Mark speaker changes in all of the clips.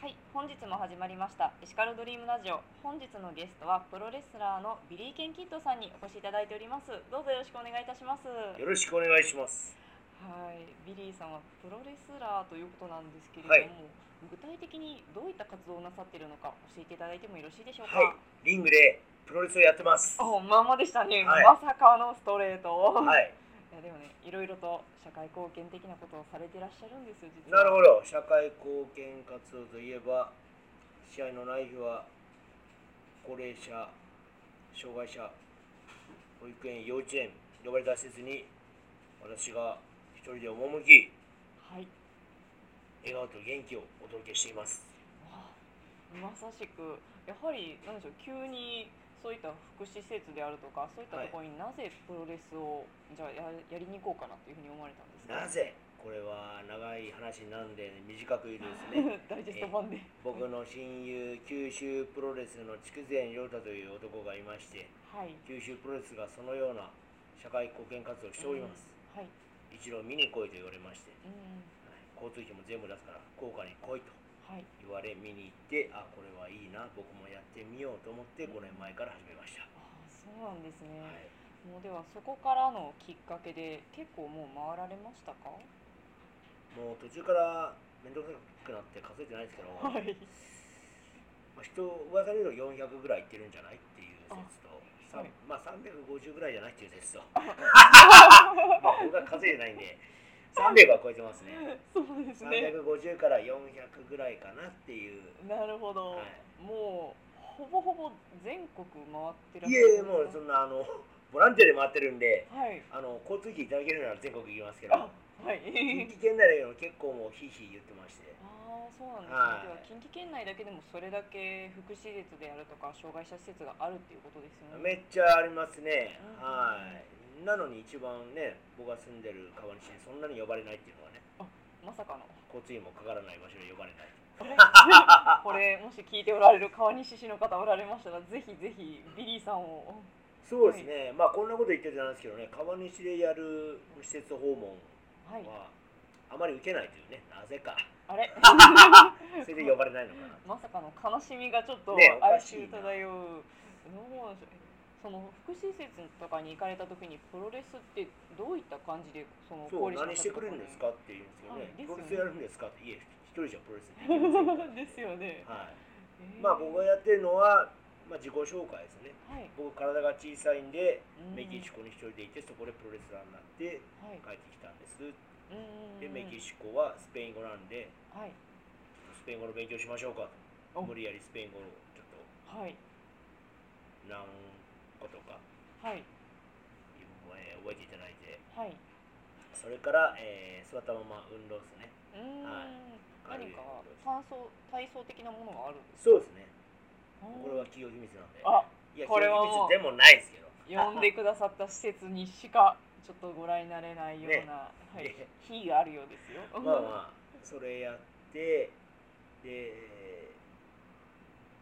Speaker 1: はい、本日も始まりましたエシカルドリームラジオ。本日のゲストはプロレスラーのビリー・ケン・キッドさんにお越しいただいております。どうぞよろしくお願いいたします。
Speaker 2: よろしくお願いします。
Speaker 1: はい、ビリーさんはプロレスラーということなんですけれども、
Speaker 2: はい
Speaker 1: 具体的にどういった活動をなさっているのか教えていただいてもよろしいでしょうか。
Speaker 2: はいリングでプロレスをやってます。
Speaker 1: おまんまでしたね、
Speaker 2: はい
Speaker 1: まさかのストレートを、い、
Speaker 2: はい。
Speaker 1: やでもねいろいろと社会貢献的なことをされていらっしゃるんですよ実
Speaker 2: なる
Speaker 1: は
Speaker 2: ほど。社会貢献活動といえば、試合のない日は高齢者、障害者、保育園、幼稚園、呼ばれた施設に私が一人で赴き、
Speaker 1: はい
Speaker 2: 笑顔と元気をお届けしています。
Speaker 1: わあまさしくやはりなんでしょう急にそういった福祉施設であるとかそういったところになぜプロレスをじゃあややりに行こうかなというふうに思われたんですか。
Speaker 2: なぜこれは長い話なんで短く言うとですね
Speaker 1: ダイジェスト版で、
Speaker 2: 僕の親友、九州プロレスの筑前亮太という男がいまして、
Speaker 1: はい
Speaker 2: 九州プロレスがそのような社会貢献活動をしております、、
Speaker 1: うんはい
Speaker 2: 一度見に来いと言われまして、
Speaker 1: うん
Speaker 2: はい交通費も全部出すから福岡に来いと
Speaker 1: はい
Speaker 2: 言われ見に行ってあこれはいいな僕もやってみようと思って5年前から始めました、
Speaker 1: ああそうなんですね、
Speaker 2: はい、
Speaker 1: もうではそこからのきっかけで結構もう回られましたか
Speaker 2: もう途中から面倒くさくなって数えてないですけど、ま
Speaker 1: い
Speaker 2: あ、人噂で言うと400ぐらいいってるんじゃないっていう説と
Speaker 1: あ
Speaker 2: さん
Speaker 1: はい
Speaker 2: まあ350ぐらいじゃないっていう説とまあ僕が数えてないんで300は超えてますね
Speaker 1: そうですね。
Speaker 2: 350から400ぐらいかなっていう。
Speaker 1: なるほど、
Speaker 2: は
Speaker 1: もうほぼほぼ全国回ってらっ
Speaker 2: い
Speaker 1: しゃる
Speaker 2: えいえ、もうそんなあのボランティアで回ってるんで、
Speaker 1: はい
Speaker 2: あの交通費いただけるなら全国行きますけど、
Speaker 1: あはい
Speaker 2: 近畿圏内だけど結構もうひいひい言ってまして、
Speaker 1: あーそうなんですね、では
Speaker 2: はい
Speaker 1: 近畿圏内だけでもそれだけ福祉施設であるとか障害者施設があるっていうことですよ
Speaker 2: め
Speaker 1: ね
Speaker 2: っちゃありますね
Speaker 1: う。ん
Speaker 2: はい。なのに一番ね、僕が住んでる川西にそんなに呼ばれないっていうのはね、
Speaker 1: まさかの
Speaker 2: 交通費もかからない場所で呼ばれない。
Speaker 1: あれこれもし聞いておられる川西市の方おられましたらぜひぜひビリーさんを
Speaker 2: そうですね、まあこんなこと言ってるじゃないですけどね、川西でやる施設訪問
Speaker 1: はい
Speaker 2: はあまり受けないというね、なぜか。
Speaker 1: あ れ
Speaker 2: それで呼ばれないのかな。
Speaker 1: まさかの悲しみがちょっと
Speaker 2: ねお
Speaker 1: 哀
Speaker 2: かしい
Speaker 1: 愁
Speaker 2: な
Speaker 1: 漂う、どうなんでしょうその福祉施設とかに行かれた時にプロレスってどういった感じでその
Speaker 2: そう、
Speaker 1: 高齢者の
Speaker 2: 何してくれるんで すか
Speaker 1: 方
Speaker 2: って言うんですけどね、プ
Speaker 1: は
Speaker 2: ロ
Speaker 1: いですよ
Speaker 2: レスや
Speaker 1: ね
Speaker 2: るんですかって、いえ、一人じゃプロレスできませんか
Speaker 1: 々
Speaker 2: ら
Speaker 1: に ですよね、
Speaker 2: はい。
Speaker 1: えー
Speaker 2: まあ、僕がやってるのは、まあ、自己紹介ですね。
Speaker 1: はい、
Speaker 2: 僕、体が小さいんで、
Speaker 1: うん
Speaker 2: メキシコに一人でいて、そこでプロレスラーになって
Speaker 1: はい
Speaker 2: 帰ってきたんです。
Speaker 1: うんうんうん
Speaker 2: で、メキシコはスペイン語なんで、
Speaker 1: はい
Speaker 2: スペイン語の勉強しましょうかと。
Speaker 1: お
Speaker 2: 無理やりスペイン語をちょっ
Speaker 1: はい
Speaker 2: と何個とか、
Speaker 1: はい
Speaker 2: えー覚えていただいて、
Speaker 1: はい
Speaker 2: それから、えー座ったまま運動ですね。
Speaker 1: うーん、
Speaker 2: はい
Speaker 1: 何か体操体操的なものがあるんです
Speaker 2: そうですね。
Speaker 1: か
Speaker 2: これは企業秘密なんで。
Speaker 1: あ
Speaker 2: いや、
Speaker 1: これはもう
Speaker 2: 秘密でもないですけど。
Speaker 1: 呼んでくださった施設にしかちょっとご覧になれないような、はい
Speaker 2: ね、
Speaker 1: 非があるようですよ。
Speaker 2: まあまあ、それやって、で、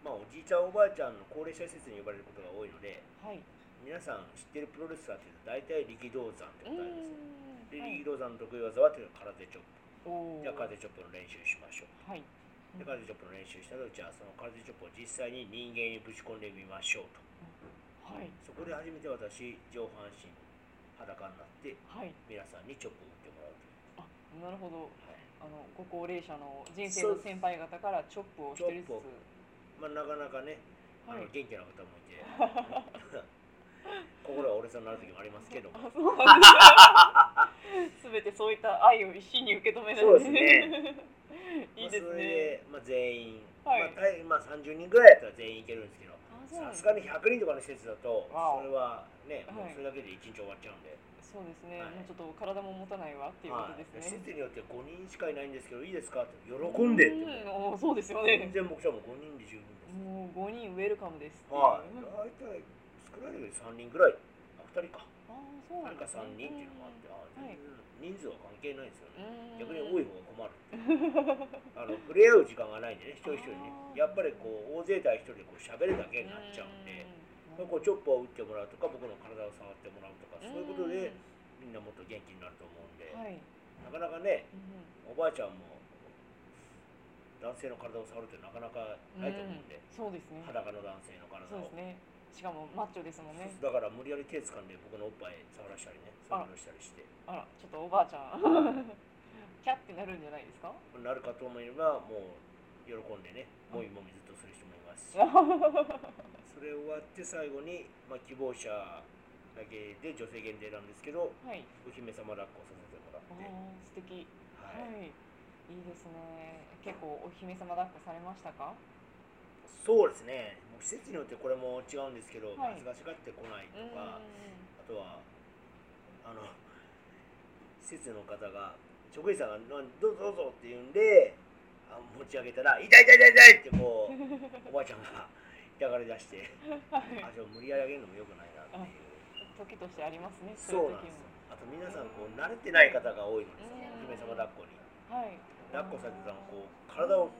Speaker 2: まあ、おじいちゃん、おばあちゃんの高齢者施設に呼ばれることが多いので、
Speaker 1: はい。
Speaker 2: 皆さん知ってるプロレスラーっていうと、大体力道山って
Speaker 1: う
Speaker 2: 答えますよ。で、
Speaker 1: ーん。はい
Speaker 2: 力道山の得意技はというのは空手チョップ。
Speaker 1: おー
Speaker 2: じゃあ、空手チョップの練習しましょう。
Speaker 1: はい。
Speaker 2: で、空手チョップの練習したら、じゃあ、その空手チョップを実際に人間にぶち込んでみましょうと。
Speaker 1: はい。
Speaker 2: そこで初めて私、上半身裸になって、
Speaker 1: はい。
Speaker 2: 皆さんにチョップを打っても
Speaker 1: あ、なる
Speaker 2: らうという。
Speaker 1: ほど。
Speaker 2: はい
Speaker 1: あのご高齢者の人生の先輩方からチョップを一人ずつ
Speaker 2: チョップを。まあ、なかなかね、あ
Speaker 1: はい
Speaker 2: の元気な方も いて、心が折れそうになる時もありますけども
Speaker 1: あ、そうなん です。すべてそういった愛を一心に受け止めない
Speaker 2: そうですね。
Speaker 1: いいです
Speaker 2: まあ、それ
Speaker 1: ね。
Speaker 2: で、まあ、全員、
Speaker 1: はい
Speaker 2: まあ大まあ、30人ぐらいやったら全員いけるんですけど、
Speaker 1: あそうなん
Speaker 2: さ
Speaker 1: ですす
Speaker 2: がに100人とかの施設だと、
Speaker 1: わお
Speaker 2: それはね、も
Speaker 1: は
Speaker 2: う
Speaker 1: い
Speaker 2: それだけで1日終わっちゃうんで、
Speaker 1: そうですね。
Speaker 2: はい
Speaker 1: もうちょっと体も持たないわっていうこ
Speaker 2: は
Speaker 1: とです
Speaker 2: い、
Speaker 1: ね。
Speaker 2: 施設によって5人しかいないんですけど、いいですかって、喜んでって
Speaker 1: う
Speaker 2: もう、
Speaker 1: んおそうですよ
Speaker 2: 全
Speaker 1: ね。
Speaker 2: 然僕じゃもう5人で十分です。
Speaker 1: もう五人ウェルカムですっていう。
Speaker 2: はい、
Speaker 1: あ
Speaker 2: 大体少ない時3人ぐらい、あ2人か、
Speaker 1: ー、そうな
Speaker 2: なんんか
Speaker 1: ですね
Speaker 2: 3人っていうのもあって、あ
Speaker 1: はい
Speaker 2: 全然人数は関係ないですよね。
Speaker 1: うん
Speaker 2: 逆に多い方が困るあの触れ合う時間がないんでね一人一人ね
Speaker 1: あー
Speaker 2: やっぱりこう大勢対一人でこう喋るだけになっちゃうんで
Speaker 1: うん
Speaker 2: こうチョップを打ってもらうとか僕の体を触ってもらうとかそういうことでみんなもっと元気になると思うんで、
Speaker 1: うんはい、
Speaker 2: なかなかね
Speaker 1: うん
Speaker 2: おばあちゃんもだ男性の体を触るってなかなかないと思うんで、
Speaker 1: そうですね
Speaker 2: 裸の男性の体
Speaker 1: そう
Speaker 2: を
Speaker 1: ですねしかもマッチョですもんね
Speaker 2: だから無理やり手掴んで僕のおっぱい触らしたりねそういうのしたりして
Speaker 1: あらちょっとおばあちゃん キャッてなるんじゃないですか
Speaker 2: なるかと思えばもう喜んでねもみもみずっとする人もい ますしそれ終わって最後に、まあ、希望者だけで女性限定なんですけど
Speaker 1: はい
Speaker 2: お姫様抱っこさせてもらっ
Speaker 1: あー素
Speaker 2: て、
Speaker 1: 敵はい、
Speaker 2: はい、
Speaker 1: い、いですね結構お姫様抱っこされましたか
Speaker 2: そうですねもう季節によってこれも違うんですけど
Speaker 1: はい
Speaker 2: 恥ずかしがってこないうと
Speaker 1: ん
Speaker 2: か、あとはあの施設の方が職員さんが「などうぞどうぞ」って言うんであ持ち上げたら「痛い痛い痛い痛い!」ってこうおばあちゃんが痛がり出 して
Speaker 1: はい
Speaker 2: あじゃあ無理やり上げるのもよくないなっていう
Speaker 1: 時としてありますね
Speaker 2: そう
Speaker 1: い
Speaker 2: なん
Speaker 1: 時
Speaker 2: です
Speaker 1: も
Speaker 2: よあと皆さんこう慣れてない方が多いのです
Speaker 1: うん
Speaker 2: よ姫様抱っこに
Speaker 1: はい
Speaker 2: 抱っこされてたのこう体を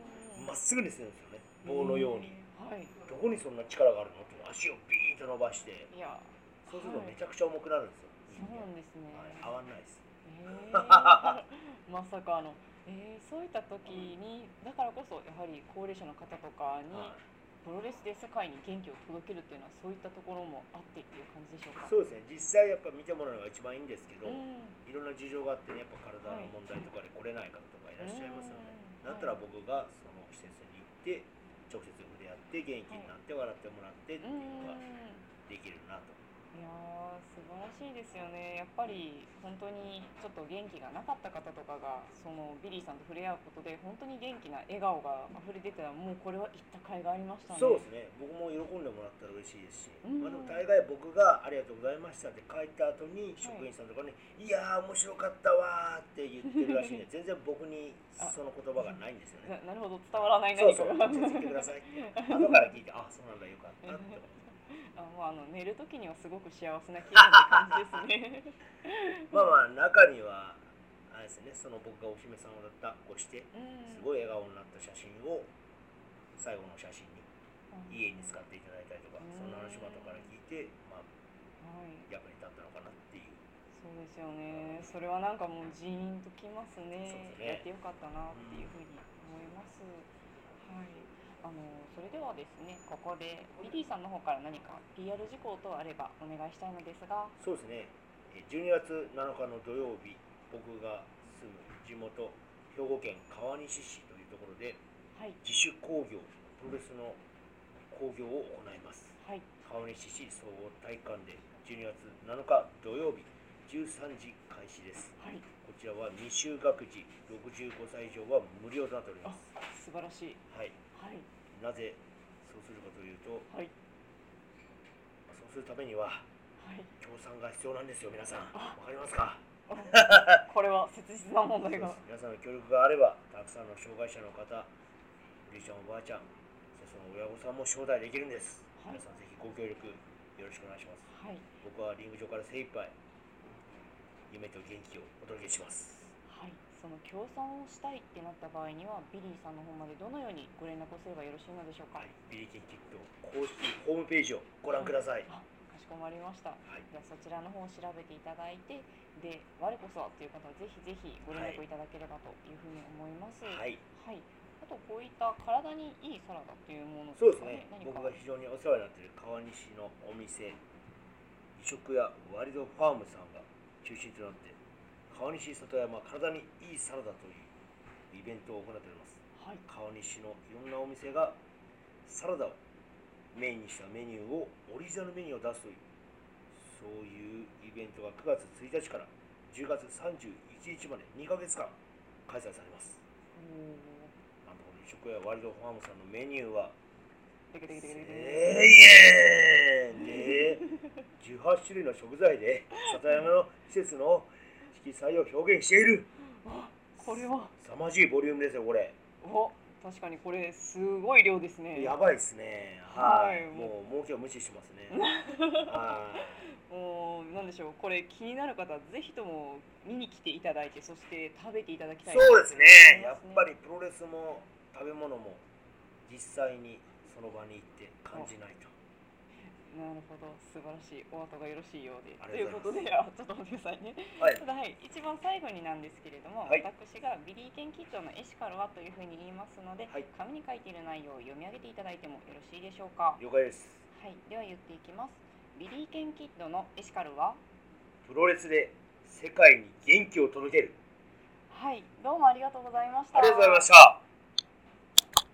Speaker 2: まっすぐにするんですよね棒のように
Speaker 1: うんはい
Speaker 2: どこにそんな力があるのって足をビーンと伸ばして
Speaker 1: いや
Speaker 2: そうするとめちゃくちゃ重くなるんです
Speaker 1: そ
Speaker 2: よ
Speaker 1: うなんですね、
Speaker 2: はい上がんないです
Speaker 1: えー まさかあの、えーそういった時にだからこそやはり高齢者の方とかに
Speaker 2: はい
Speaker 1: プロレスで世界に元気を届けるっていうのはそういったところもあってっていう感じでしょうか
Speaker 2: そうですね実際やっぱ見てもらうのが一番いいんですけど、
Speaker 1: ん
Speaker 2: いろんな事情があってねやっぱ体の問題とかで来れない方とかいらっしゃいますよね、だったら僕がその施設に行って直接触れ合って元気になって笑ってもらってってい
Speaker 1: う
Speaker 2: う
Speaker 1: ん
Speaker 2: のができるなと、
Speaker 1: いやー素晴らしいですよねやっぱり本当にちょっと元気がなかった方とかがそのビリーさんと触れ合うことで本当に元気な笑顔が溢れてたらもうこれは行った甲斐がありましたね
Speaker 2: そうですね僕も喜んでもらったら嬉しいですし、
Speaker 1: うん
Speaker 2: まあ、でも大概僕が「ありがとうございました」って書いた後に職員さんとかに「い、やー面白かったわ」って言ってるらしいんで 全然僕にその言葉がないんですよね
Speaker 1: ななるほど伝わらない
Speaker 2: そう
Speaker 1: 何か
Speaker 2: そう、
Speaker 1: が
Speaker 2: 教えてく ださいって。後から聞いて、あ、そうなんだ、よかったって思って。
Speaker 1: あもうあの寝る時にはすごく幸せな気分って感じですね
Speaker 2: まあまあ、中には、あれですね、その僕がお姫様だった、こうして、 す
Speaker 1: い
Speaker 2: ごい笑顔になった写真を、最後の写真に家に使
Speaker 1: は
Speaker 2: っていただいたりとか
Speaker 1: うん、
Speaker 2: そんな話も後から聞いて、まあ、
Speaker 1: い
Speaker 2: 役に立ったのかなっていう。
Speaker 1: そうですよねそれはなんかもうジーンときますね
Speaker 2: そうで
Speaker 1: やっ
Speaker 2: すね
Speaker 1: てよかったなっていうふうに思います、はいあのそれではですねここでビリーさんの方から何か PR 事項等あればお願いしたいのですが
Speaker 2: そうですね、え12月7日の土曜日、僕が住む地元、兵庫県川西市というところで、
Speaker 1: はい
Speaker 2: 自主工業、プロレスの工業を行います。
Speaker 1: はい
Speaker 2: 川西市総合体育館で12月7日土曜日13時開始です
Speaker 1: はい
Speaker 2: こちらは未就学児65歳以上は無料となっており
Speaker 1: あ
Speaker 2: ます
Speaker 1: 素晴らしい
Speaker 2: はい
Speaker 1: はい
Speaker 2: なぜそうするかというと
Speaker 1: はい
Speaker 2: そうするためには
Speaker 1: はい
Speaker 2: 協賛が必要なんですよ皆さんわ
Speaker 1: あ
Speaker 2: かりますか
Speaker 1: これは切実な問題
Speaker 2: 皆
Speaker 1: が
Speaker 2: さんの協力があればたくさんの障害者の方おじいちゃんおばあちゃんそしてその親御さんも招待できるんです、
Speaker 1: はい
Speaker 2: 皆さんぜひご協力よろしくお願いしま
Speaker 1: は
Speaker 2: す
Speaker 1: い
Speaker 2: 僕はリング上から精一杯夢と元気をお届けします
Speaker 1: はい、その協賛をしたいってなった場合にはビリーさんの方までどのようにご連絡をすればよろしいのでしょうか、
Speaker 2: はい、ビリケンキット公式ホームページをご覧ください、
Speaker 1: あかしこまりました
Speaker 2: はい、
Speaker 1: じゃあそちらの方を調べていただいてで我こそはっていう方はぜひぜひご連絡いただければというふうに思います、
Speaker 2: はいい、
Speaker 1: はいあとこういった体にいいサラダっていうもの
Speaker 2: そうですね
Speaker 1: 何
Speaker 2: 僕
Speaker 1: か
Speaker 2: が非常にお世話になっている川西のお店移植屋ワリドファームさんが中心となって川西里山体にいいサラダというイベントを行っております
Speaker 1: はい
Speaker 2: 川西のいろんなお店がサラダをメインにしたメニューをオリジナルメニューを出すというそういうイベントが9月1日から10月31日まで2ヶ月間開催されます
Speaker 1: お
Speaker 2: なんとこの食屋ワリドファームさんのメニューは
Speaker 1: ーテクテクテクテク
Speaker 2: 1000円で18種類の食材 で里山の季節の色彩を表現している
Speaker 1: あこれは
Speaker 2: 凄まじいボリュームですよこれ
Speaker 1: お確かにこれすごい量ですね
Speaker 2: やばいですね。は。
Speaker 1: はいい
Speaker 2: もう儲けを無視してます ね。はい。
Speaker 1: もうなんでしょうこれ気になる方はぜひとも見に来ていただいてそして食べていただきたい
Speaker 2: そうですね。やっぱりプロレスも食べ物も実際にその場に行って感じないと。
Speaker 1: なるほど素晴らしいお後がよろしいようで
Speaker 2: あ
Speaker 1: と
Speaker 2: り
Speaker 1: い
Speaker 2: が
Speaker 1: う
Speaker 2: とう
Speaker 1: こと
Speaker 2: ござ
Speaker 1: で
Speaker 2: い
Speaker 1: あちょっと待ってくださいね
Speaker 2: はい
Speaker 1: ただはい一番最後になんですけれども、
Speaker 2: はい
Speaker 1: 私がビリー研究長のエシカルはというふうに言いますので、
Speaker 2: はい
Speaker 1: 紙に書いている内容を読み上げていただいてもよろしいでしょうか
Speaker 2: 了解です
Speaker 1: はいでは言っていきますビリーケンキッドのエシカルは
Speaker 2: プロレスで世界に元気を届ける
Speaker 1: はいどうもありがとうございました
Speaker 2: ありがとうございました